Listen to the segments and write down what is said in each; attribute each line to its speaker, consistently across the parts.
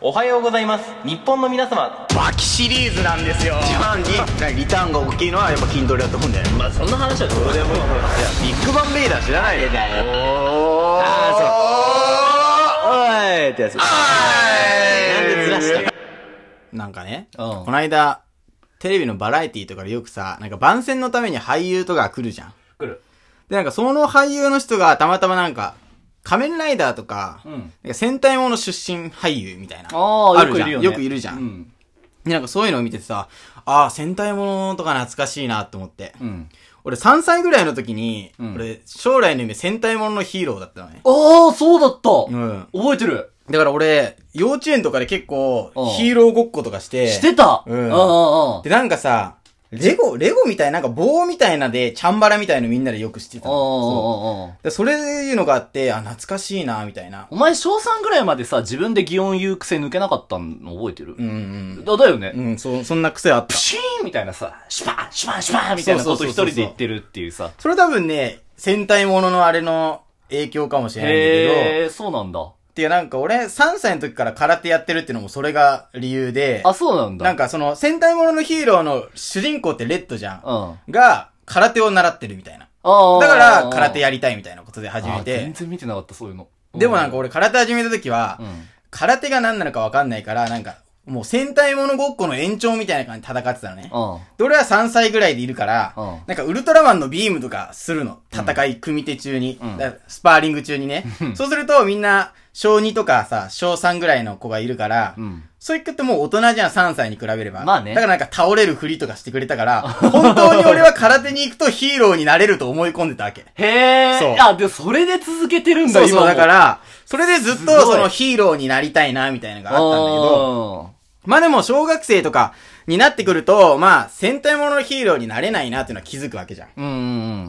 Speaker 1: おはようございます日本の皆様
Speaker 2: バキシリーズなんですよ
Speaker 3: 一番リリターンが大きいのはやっぱ筋トレだと思うんだよね
Speaker 1: まあそんな話はどうでもいい
Speaker 3: ビッグバンベイダー知らないでだよ
Speaker 2: お
Speaker 3: あーそうおーいってやつなんでずらして
Speaker 2: なんかね、
Speaker 3: うん
Speaker 2: この間、テレビのバラエティとかでよくさ、なんか番宣のために俳優とか来るじゃん。
Speaker 1: 来る
Speaker 2: で、なんかその俳優の人がたまたまなんか、仮面ライダーとか、なんか戦隊もの出身俳優みたいな。
Speaker 1: あー
Speaker 2: るじゃん
Speaker 1: よくいるよね
Speaker 2: よくいるじゃん。でなんかそういうのを見ててさ、ああ、戦隊ものとか懐かしいなって思って。
Speaker 1: ん
Speaker 2: 俺3歳ぐらいの時に、俺将来の夢戦隊もののヒーローだったのね。
Speaker 1: ああそうだった、
Speaker 2: うん。
Speaker 1: 覚えてる
Speaker 2: だから俺、幼稚園とかで結構
Speaker 1: うん、
Speaker 2: ヒーローごっことかして、
Speaker 1: してた
Speaker 2: うん
Speaker 1: あああ
Speaker 2: で、なんかさ、レゴ、レゴみたいな、なんか棒みたいなで、チャンバラみたいのみんなでよくしてた
Speaker 1: あああ
Speaker 2: の。
Speaker 1: あ
Speaker 2: そう
Speaker 1: あ
Speaker 2: でそれいうのがあって、あ、懐かしいな、みたいな。
Speaker 1: お前小3ぐらいまでさ自分で擬音言う癖抜けなかったの覚えてる、
Speaker 2: うんうん。
Speaker 1: だだよね、
Speaker 2: うん、そ、そんな癖あった
Speaker 1: プ。シーンみたいなさシュパンシュパンシュパンみたいなこと
Speaker 2: そう
Speaker 1: 一
Speaker 2: そうそうそう
Speaker 1: 人で言ってるっていうさ
Speaker 2: それ多分ね、戦隊もののあれの影響かもしれないんだけ
Speaker 1: へえそうなんだ
Speaker 2: ど、っていうなんか俺3歳の時から空手やってるっていうのもそれが理由で、
Speaker 1: あそうなんだ
Speaker 2: なんかその戦隊もののヒーローの主人公ってレッドじゃ
Speaker 1: うん
Speaker 2: ん。
Speaker 1: あ
Speaker 2: が、空手を習ってるみたいな。
Speaker 1: あ
Speaker 2: だから、空手
Speaker 1: や
Speaker 2: やりたいみたいなことで始め
Speaker 1: 全
Speaker 2: て。
Speaker 1: 然見てなかったそういうの
Speaker 2: でもなんか俺空手始めた時は、
Speaker 1: うん
Speaker 2: 空手が何なのか分かんないから、なんか、もう戦隊ものごっこの延長みたいな感じで戦ってたのね。
Speaker 1: うん
Speaker 2: で、俺は3歳ぐらいでいるから、
Speaker 1: うん
Speaker 2: なんかウルトラマンのビームとかするの。戦い、組手中に、
Speaker 1: ん
Speaker 2: だからスパーリング中に ね。そうするとみんな、小2とかさ、小3ぐらいの子がいるから、
Speaker 1: うん
Speaker 2: そういう子ってもう大人じゃん、3歳に比べれば。
Speaker 1: まあね
Speaker 2: だからなんか倒れるふりとかしてくれ たから、本当に俺は空手に行くとヒーローになれると思い込んでたわけ。
Speaker 1: へ
Speaker 2: そう
Speaker 1: え。あ、で、それで続けてるんだ、
Speaker 2: そう
Speaker 1: 今
Speaker 2: そう、
Speaker 1: も
Speaker 2: だか、ら、それでずっ
Speaker 1: すごい
Speaker 2: とそのヒーローになりたいな、みたいなの
Speaker 1: あ
Speaker 2: があったんだけど、まあでも小学生とかになってくると、まあ戦隊もののヒーローになれないなっていうのは気づくわけじゃん。
Speaker 1: うんうんう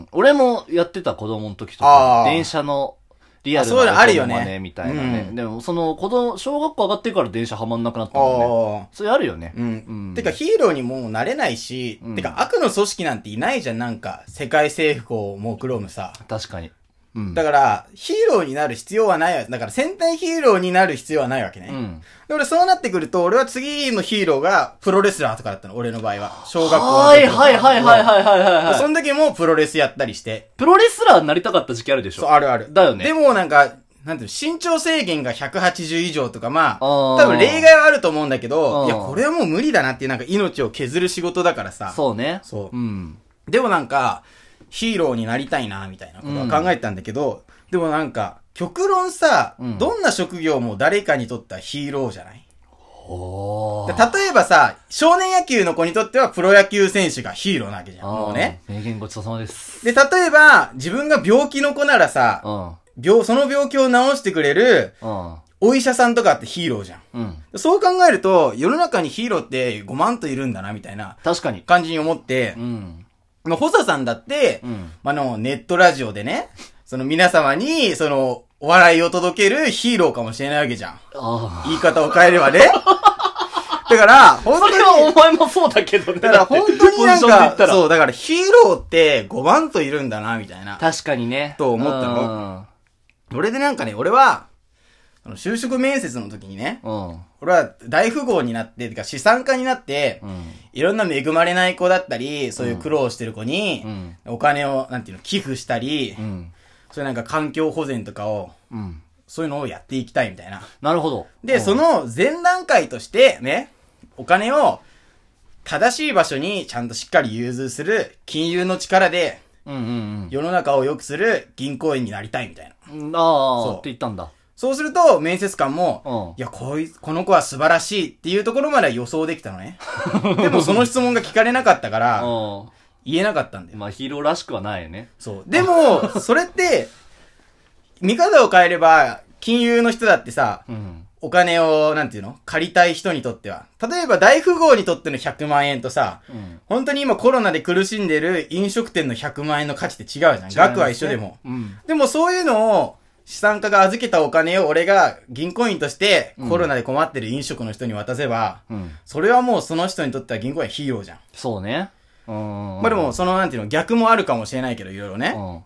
Speaker 1: ん。俺もやってた子供の時と
Speaker 2: あ
Speaker 1: か、
Speaker 2: ー
Speaker 1: 電車のリアル
Speaker 2: あそういうのあるよね
Speaker 1: 音真似みたいなね
Speaker 2: う。ん
Speaker 1: でも、その、子供、小学校上がってから電車はまんなくなったもんね。
Speaker 2: ああ。
Speaker 1: それあるよね。
Speaker 2: うん
Speaker 1: う。ん
Speaker 2: てかヒーローにもうなれないし、
Speaker 1: うん
Speaker 2: てか悪の組織なんていないじゃん、なんか世界征服を目論むさ。
Speaker 1: 確かに。うん。
Speaker 2: だから、ヒーローになる必要はないわ。だから戦隊ヒーローになる必要はないわけね。
Speaker 1: うん。
Speaker 2: で、俺そうなってくると、俺は次のヒーローがプロレスラーとかだったの、俺の場合は。小学校の時とか
Speaker 1: はいはいはいはいはいはいはいはい。
Speaker 2: その時もプロレスやったりして。
Speaker 1: プロレスラーになりたかった時期あるでしょ
Speaker 2: そう、あるある。
Speaker 1: だよね
Speaker 2: でもなんか、なんていうの身長制限が180以上とか、ま
Speaker 1: あ
Speaker 2: あ、
Speaker 1: ー
Speaker 2: 多分例外はあると思うんだけ
Speaker 1: う
Speaker 2: ど、
Speaker 1: ん
Speaker 2: いや、これはもう無理だなっていう、なんか命を削る仕事だからさ。
Speaker 1: そうね。。
Speaker 2: そう
Speaker 1: ん。
Speaker 2: でもなんか、ヒーローになりたいな、みたいなことは考えたんだけど、でもなんか、極論さ、
Speaker 1: うん
Speaker 2: どんな職業も誰かにとってはヒーローじゃない
Speaker 1: お
Speaker 2: で例えばさ、少年野球の子にとってはプロ野球選手がヒーローなわけじゃん。もうね。。
Speaker 1: あー名言ごちそうさまです。
Speaker 2: で、例えば、自分が病気の子ならさ、
Speaker 1: うん。うん。
Speaker 2: 病、その病気を治してくれる、お医者さんとかってヒーローじゃん。
Speaker 1: うん。
Speaker 2: そう考えると、世の中にヒーローって5万といるんだな、みたいな
Speaker 1: 確かに。
Speaker 2: 感じに思って
Speaker 1: う、ん。
Speaker 2: まあ、補佐さんだって、
Speaker 1: うん。
Speaker 2: まあ、あの、ネットラジオでね、その皆様に、その、お笑いを届けるヒーローかもしれないわけじゃん。
Speaker 1: ああ。
Speaker 2: 言い方を変え ればね。だから、本
Speaker 1: そ
Speaker 2: 当
Speaker 1: れはお
Speaker 2: に、
Speaker 1: 前もそうだけどね。
Speaker 2: だから本当になんか、
Speaker 1: そ。
Speaker 2: そうう、だからヒーローって5万といるんだな、みたいな。
Speaker 1: 確かにね。
Speaker 2: と思った
Speaker 1: の
Speaker 2: それでなんかね、俺は、あの就職面接の時にね、
Speaker 1: うん。うん。
Speaker 2: 俺は大富豪になって、てか資産家になって、
Speaker 1: うん。
Speaker 2: いろんな恵まれない子だったり、そういう苦労してる子に、
Speaker 1: うん
Speaker 2: お金を、なんていうの、寄付したり、
Speaker 1: うん。
Speaker 2: そういうなんか環境保全とかを、
Speaker 1: うん。
Speaker 2: そういうのをやっていきたいみたいな。
Speaker 1: なるほど。う
Speaker 2: で、
Speaker 1: ん
Speaker 2: そ、の前段階として、ね、お金を正しい場所にちゃんとしっかり融通する、金融の力で
Speaker 1: うんうん
Speaker 2: 世の中を良くする銀行員になりたいみたいな。
Speaker 1: うん。あ
Speaker 2: そう
Speaker 1: あ、って言ったんだ。
Speaker 2: そうすると、面接官も、
Speaker 1: うん
Speaker 2: いや、こいつ、この子は素晴らしいっていうところまでは予想できたの ね。でもその質問が聞かれなかったから、
Speaker 1: う
Speaker 2: 言えなかったんだ
Speaker 1: ん。
Speaker 2: よ。
Speaker 1: まあヒーローらしくはないよね。
Speaker 2: そう。でも、それって、見方を変えれば、金融の人だってさ、
Speaker 1: うん。
Speaker 2: お金を、なんていうの借りたい人にとっては。例えば大富豪にとっての100万円とさ、
Speaker 1: うん。
Speaker 2: 本当に今コロナで苦しんでる飲食店の100万円の価値って違うじゃん。額は一緒でも。
Speaker 1: うん。
Speaker 2: でもそういうのを、資産家が預けたお金を俺が銀行員として
Speaker 1: うん
Speaker 2: コロナで困ってる飲食の人に渡せば、
Speaker 1: うん。
Speaker 2: それはもうその人にとっては銀行員はヒーローじゃん。
Speaker 1: そうね。うん。
Speaker 2: まあでも、そのなんていうの逆もあるかもしれないけどいろいろね。
Speaker 1: うん。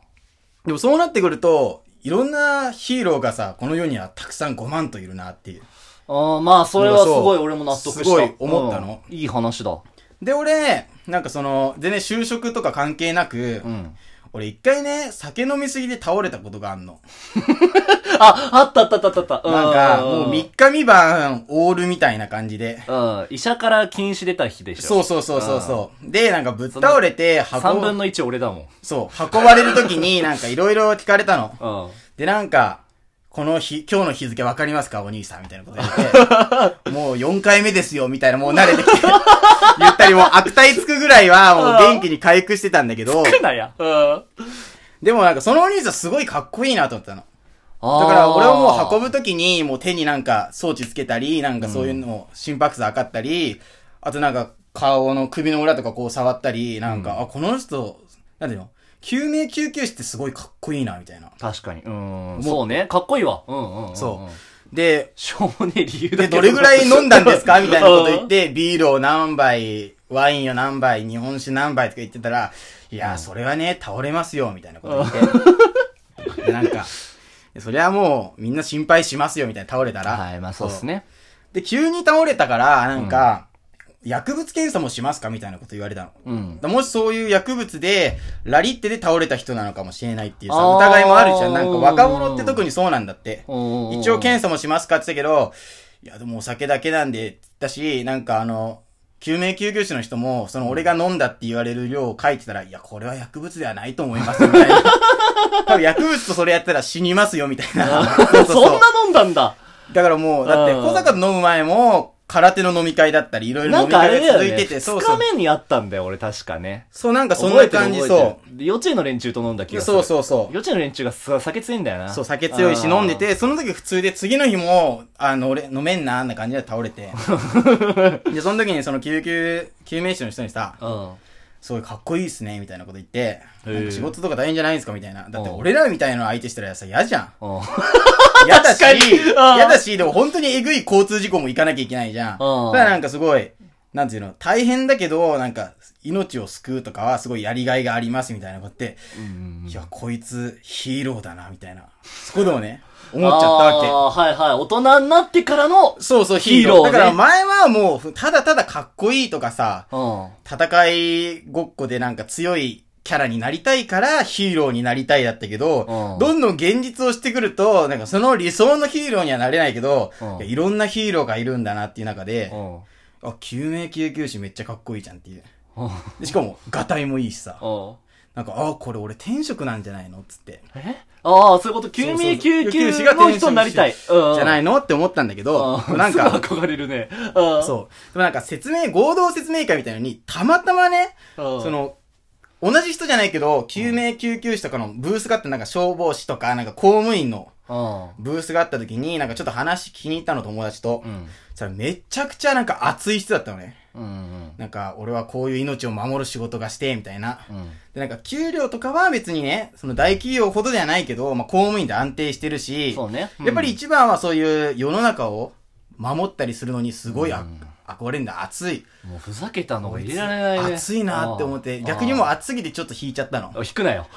Speaker 2: でもそうなってくると、いろんなヒーローがさ、この世にはたくさん5万といるなっていう。
Speaker 1: ああ、まあ、それはすごい
Speaker 2: そう
Speaker 1: 俺も納得した。
Speaker 2: すごい思ったの
Speaker 1: うんいい話だ。
Speaker 2: で、俺、なんかその、全然就職とか関係なく、
Speaker 1: うん。
Speaker 2: 俺一回ね、酒飲みすぎで倒れたことがあんの。
Speaker 1: あ、あったあったあったあった。う
Speaker 2: なんか、もう3日3晩、オールみたいな感じで。
Speaker 1: うん。医者から禁止出た日でしょ。
Speaker 2: そうそうそうそうそう。で、なんかぶっ倒れて、
Speaker 1: 3分
Speaker 2: 運
Speaker 1: の1俺だもん。
Speaker 2: そう、運ばれる時になんかいろいろ聞かれたの。
Speaker 1: うん。
Speaker 2: で、なんか、この日、今日の日付わかりますかお兄さんみたいなこと 言って、もう4回目ですよみたいな、もう慣れてきて、言ったりもう悪態つくぐらいは、もう元気に回復してたんだけど、
Speaker 1: 来んなや。うん。
Speaker 2: でもなんかそのお兄さんすごいかっこいいなと思ったの。
Speaker 1: だ
Speaker 2: だから俺はもう運ぶときに、もう手になんか装置つけたり、なんかそういうのを心拍数測ったり、あとなんか顔の首の裏とかこう触ったり、なんか、あ、この人、なんていうの救命救急士ってすごいかっこいいな、みたいな。
Speaker 1: 確かに。うん。そうね。かっこいいわ。うんうんうんうん。
Speaker 2: そう。で、
Speaker 1: しょうもねえ理由だけ
Speaker 2: で、どれぐらい飲んだんです かみたいなこと言って、ビールを何杯、ワインを何杯、日本酒何杯とか言ってたら、いやー、それはね、倒れますよ、みたいなこと言って。で なんか、そりゃもう、みんな心配しますよ、みたいな、倒れたら。
Speaker 1: はい、まあそうっすね。
Speaker 2: そう。で、急に倒れたから、なんか、薬物検査もしますかみたいなこと言われたの。
Speaker 1: うん。
Speaker 2: だもしそういう薬物で、ラリってで倒れた人なのかもしれないっていうさ、
Speaker 1: あー
Speaker 2: 疑いもあるじゃん。なんか若者って特にそうなんだって。
Speaker 1: 一
Speaker 2: 一応検査もしますかって言ったけど、いや、でもお酒だけなんで、だし、なんかあの、救命救急士の人も、その俺が飲んだって言われる量を書いてたら、いや、これは薬物ではないと思います、 みたいな。多分薬物とそれやったら死にますよ、みたいな。そうそう
Speaker 1: そ
Speaker 2: そ
Speaker 1: んな
Speaker 2: う
Speaker 1: 飲んだんだ。
Speaker 2: だからもう、だって、
Speaker 1: うん
Speaker 2: 小坂と飲む前も、空手の飲み会だったり、いろいろ
Speaker 1: な
Speaker 2: 飲
Speaker 1: ん
Speaker 2: み
Speaker 1: かあ
Speaker 2: 会
Speaker 1: れだ
Speaker 2: が
Speaker 1: よ
Speaker 2: 続いて
Speaker 1: ね。
Speaker 2: て、
Speaker 1: 2
Speaker 2: そうそ
Speaker 1: 日
Speaker 2: う。
Speaker 1: 目にあったんだよ、俺確かね。
Speaker 2: そう、なんかそん
Speaker 1: 覚え
Speaker 2: な
Speaker 1: てる
Speaker 2: 感じ、
Speaker 1: 覚えてる
Speaker 2: そう。
Speaker 1: 幼稚園の連中と飲んだ気がする。
Speaker 2: そうそうそう
Speaker 1: 幼稚園の連中がさ酒強いんだよな。
Speaker 2: そう、酒強いし
Speaker 1: あー
Speaker 2: 飲んで。て、その時普通で次の日も、あの、俺、飲めんな、あんな感じで 倒れて。で、その時にその救急、救命士の人にさ、
Speaker 1: うん。
Speaker 2: すごいかっこいいっすね、みたいなこと言って、
Speaker 1: へー
Speaker 2: なんか仕事とか大変じゃないですか、みたいな。だって
Speaker 1: うん
Speaker 2: 俺らみたいなの相手したらさ、嫌じゃん。
Speaker 1: うん。
Speaker 2: 嫌だ
Speaker 1: 確
Speaker 2: し、
Speaker 1: かに
Speaker 2: 嫌だし、でも本当にえぐい交通事故も行かなきゃいけないじゃん。だからなんかすごい、なんていうの、大変だけど、なんか、命を救うとかはすごいやりがいがあります、みたいなことって、いや、こいつヒーローだな、みたいな。そこでもね、 思っちゃったわけ。
Speaker 1: わけ。はいはい。大人になってからの、
Speaker 2: そうそう、
Speaker 1: ヒ
Speaker 2: ヒ
Speaker 1: ー
Speaker 2: ー
Speaker 1: ロー
Speaker 2: ロー。
Speaker 1: ね
Speaker 2: だから前はもう、ただただかっこいいとかさ、
Speaker 1: うん。
Speaker 2: 戦いごっこでなんか強いキャラになりたいからヒーローになりたいだったけど、
Speaker 1: うん
Speaker 2: どんどん現実をしてくると、なんかその理想のヒーローにはなれないけど、
Speaker 1: うん
Speaker 2: いやいろんなヒーローがいるんだなっていう中で、
Speaker 1: うん。
Speaker 2: あ、救命救急士めっちゃかっこいいじゃんっていう。
Speaker 1: うん
Speaker 2: でしかも、ガタイもいいしさ、
Speaker 1: うん。
Speaker 2: なんか、あ、これ俺天職なんじゃないのっつって。
Speaker 1: えああ、そういうこと。救命救急の人になりたい。。
Speaker 2: じゃないいのって思ったんだけど、
Speaker 1: うん。
Speaker 2: なん
Speaker 1: す
Speaker 2: か、
Speaker 1: ぐ憧れるね。うん。
Speaker 2: そう。でもなんか説明、合同説明会みたいのに、たまたまね、
Speaker 1: うん。
Speaker 2: その、同じ人じゃないけど、救命救急士とかのブースがあって、なんか消防士とか、なんか公務員の
Speaker 1: う
Speaker 2: ブースがあった時に、なんかちょっと話気に入ったの友達
Speaker 1: ん。う
Speaker 2: と、
Speaker 1: ん。
Speaker 2: それめちゃくちゃなんか熱い人だったのね。
Speaker 1: うん。
Speaker 2: なんか、俺はこういう命を守る仕事がして、みたいな。
Speaker 1: うん。
Speaker 2: で、なんか、給料とかは別にね、その大企業ほどではないけど、まあ、公務員で安定してるし、
Speaker 1: そうね。うん
Speaker 2: やっぱり、一番はそういう世の中を守ったりするのにすごいあ、憧れんだ、熱い。
Speaker 1: もうふざけたのが入れられないね。
Speaker 2: 熱いなって思って、
Speaker 1: うん
Speaker 2: 逆にもう熱すぎてちょっと引いちゃったの。
Speaker 1: あ引くなよ。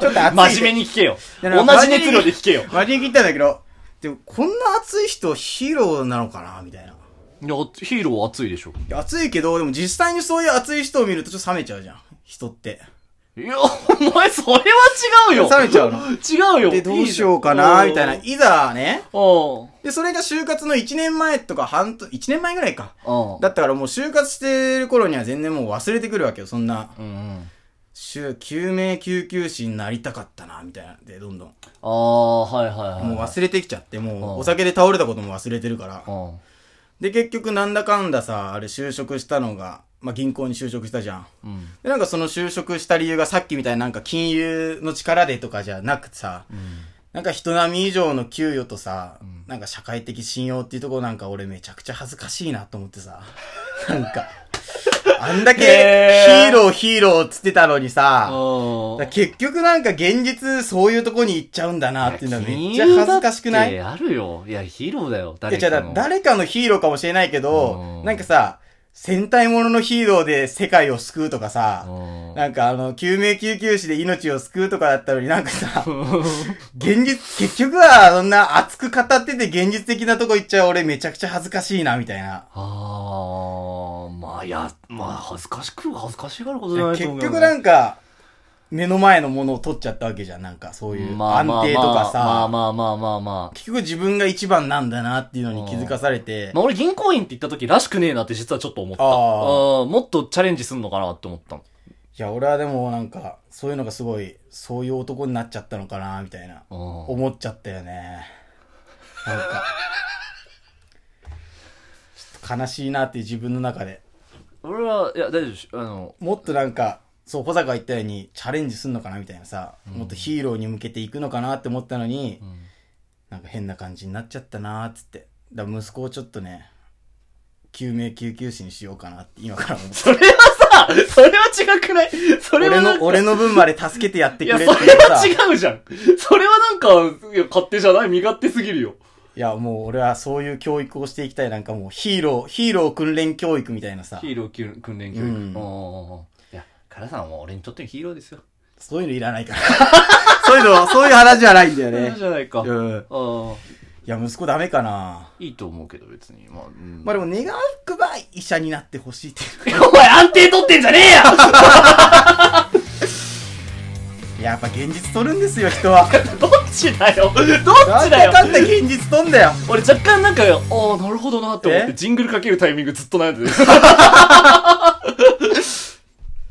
Speaker 2: ちょっと熱い。
Speaker 1: 真面目に聞けよ。
Speaker 2: いや
Speaker 1: 同
Speaker 2: なんか
Speaker 1: じ熱量で聞けよ。
Speaker 2: 真面目に聞いたんだけど、でもこんな熱い人ヒーローなのかなみたいな。い
Speaker 1: いや、ヒーロー熱いでしょ。
Speaker 2: や熱いけど、でも実際にそういう熱い人を見るとちょっと冷めちゃうじゃん。人って。
Speaker 1: いや、お前、それは違うよ。
Speaker 2: 冷めちゃうの
Speaker 1: 違うよ。
Speaker 2: で、どうしようかなみたいな。
Speaker 1: うん。
Speaker 2: いざね。
Speaker 1: うん
Speaker 2: で、それが就活の1年前とか半年、1年前ぐらいか。
Speaker 1: うん。
Speaker 2: だったからもう就活してる頃には全然もう忘れてくるわけよ、そんな。
Speaker 1: うんうん。
Speaker 2: 就救命救急士になりたかったな、みたいな。で、どんどん。
Speaker 1: ああ、はいはいはい。
Speaker 2: もう忘れてきちゃって、も
Speaker 1: ん
Speaker 2: うお酒で倒れたことも忘れてるから。
Speaker 1: うん。
Speaker 2: で、結局なんだかんださ、あれ就職したのが、まあ、銀行に就職したじゃん。
Speaker 1: うん。
Speaker 2: で、なんかその就職した理由がさっきみたいななんか金融の力でとかじゃなくさ、なんか人並み以上の給与とさ、なんか社会的信用っていうところなんか俺めちゃくちゃ恥ずかしいなと思って さ、なんか、あんだけ
Speaker 1: へー
Speaker 2: ヒーローヒーローっつってたのにさ、だから
Speaker 1: あ
Speaker 2: 結局なんか現実そういうとこに行っちゃうんだなっていうのはめっちゃ恥ずかしくない
Speaker 1: や、あるよ。いや、ヒーローだよ。
Speaker 2: いや、
Speaker 1: 誰
Speaker 2: じゃ
Speaker 1: か
Speaker 2: あ
Speaker 1: の、
Speaker 2: 誰かのヒーローかもしれないけど
Speaker 1: う、ん
Speaker 2: なんかさ、戦隊もののヒーローで世界を救うとかさ、
Speaker 1: うん
Speaker 2: なんかあの、救命救急士で命を救うとかだったのになんかさ、現実、結局はそんな熱く語ってて現実的なとこ行っちゃう俺めちゃくちゃ恥ずかしいな、みたいな。
Speaker 1: ああ、まあ、や、まあ、恥ずかしく、恥ずかしがることじゃない
Speaker 2: 結
Speaker 1: と思う
Speaker 2: 局なん
Speaker 1: か、
Speaker 2: んか、目の前のものを取っちゃったわけじゃん。なんかそういう
Speaker 1: まあ
Speaker 2: 安
Speaker 1: まあまあ
Speaker 2: 定とか
Speaker 1: まあ
Speaker 2: さ。
Speaker 1: まあまあまあまあ。
Speaker 2: 結局自分が一番なんだなっていうのに気づかされて。
Speaker 1: まあ、俺銀行員って言った時らしくねえなって実はちょっと思った。
Speaker 2: あー
Speaker 1: あーもっとチャレンジすんのかなって思ったの。
Speaker 2: いや、俺はでもなんか、そういうのがすごい、そういう男になっちゃったのかな、みたいな。
Speaker 1: うん
Speaker 2: 思っちゃったよね。なんか。ちょっと悲しいなって自分の中で。
Speaker 1: 俺は、いや、大丈夫です。あの、
Speaker 2: もっとなんか、そう、保坂が言ったように、チャレンジすんのかなみたいなさ、もっとヒーローに向けていくのかなって思ったのに、なんか変な感じになっちゃったなーっつって。だから息子をちょっとね、救命救急士にしようかなって今から思って。
Speaker 1: それはさ、それは違くないそれは
Speaker 2: 俺
Speaker 1: なん
Speaker 2: の、
Speaker 1: か
Speaker 2: 俺の分まで助けてやって
Speaker 1: い
Speaker 2: くれっ
Speaker 1: や、そ
Speaker 2: てい
Speaker 1: れ
Speaker 2: う
Speaker 1: は
Speaker 2: さ。
Speaker 1: 違うじゃん。それはなんか、いや勝手じゃない身勝手すぎるよ。
Speaker 2: いや、もう俺はそういう教育をしていきたい。なんかもうヒーロー、ヒーロー訓練教育みたいなさ
Speaker 1: ヒ、ーロー訓訓練教育。
Speaker 2: うん
Speaker 1: おーいや、カラさんはもう俺にとってのヒーローですよ。
Speaker 2: そういうのいらないから。 そういうの、そういう話じゃないんだよ
Speaker 1: そういうの
Speaker 2: ね
Speaker 1: じ。ゃないか。あ
Speaker 2: うん。
Speaker 1: あ、
Speaker 2: いや、息子ダメかな。
Speaker 1: いいと思うけど別に。まあ、うん
Speaker 2: まあでも願わくば医者になってほしいってい う。
Speaker 1: お前安定取ってんじゃねえや
Speaker 2: やっぱ現実取るんですよ、人 は。
Speaker 1: どっちだよどっ
Speaker 2: な
Speaker 1: ち
Speaker 2: ん
Speaker 1: だ
Speaker 2: だ
Speaker 1: よ
Speaker 2: かんだ現実取んだよ。
Speaker 1: 俺若干なんか、ああ、なるほどなって思って
Speaker 2: え
Speaker 1: ジングルかけるタイミングずっと悩んでる。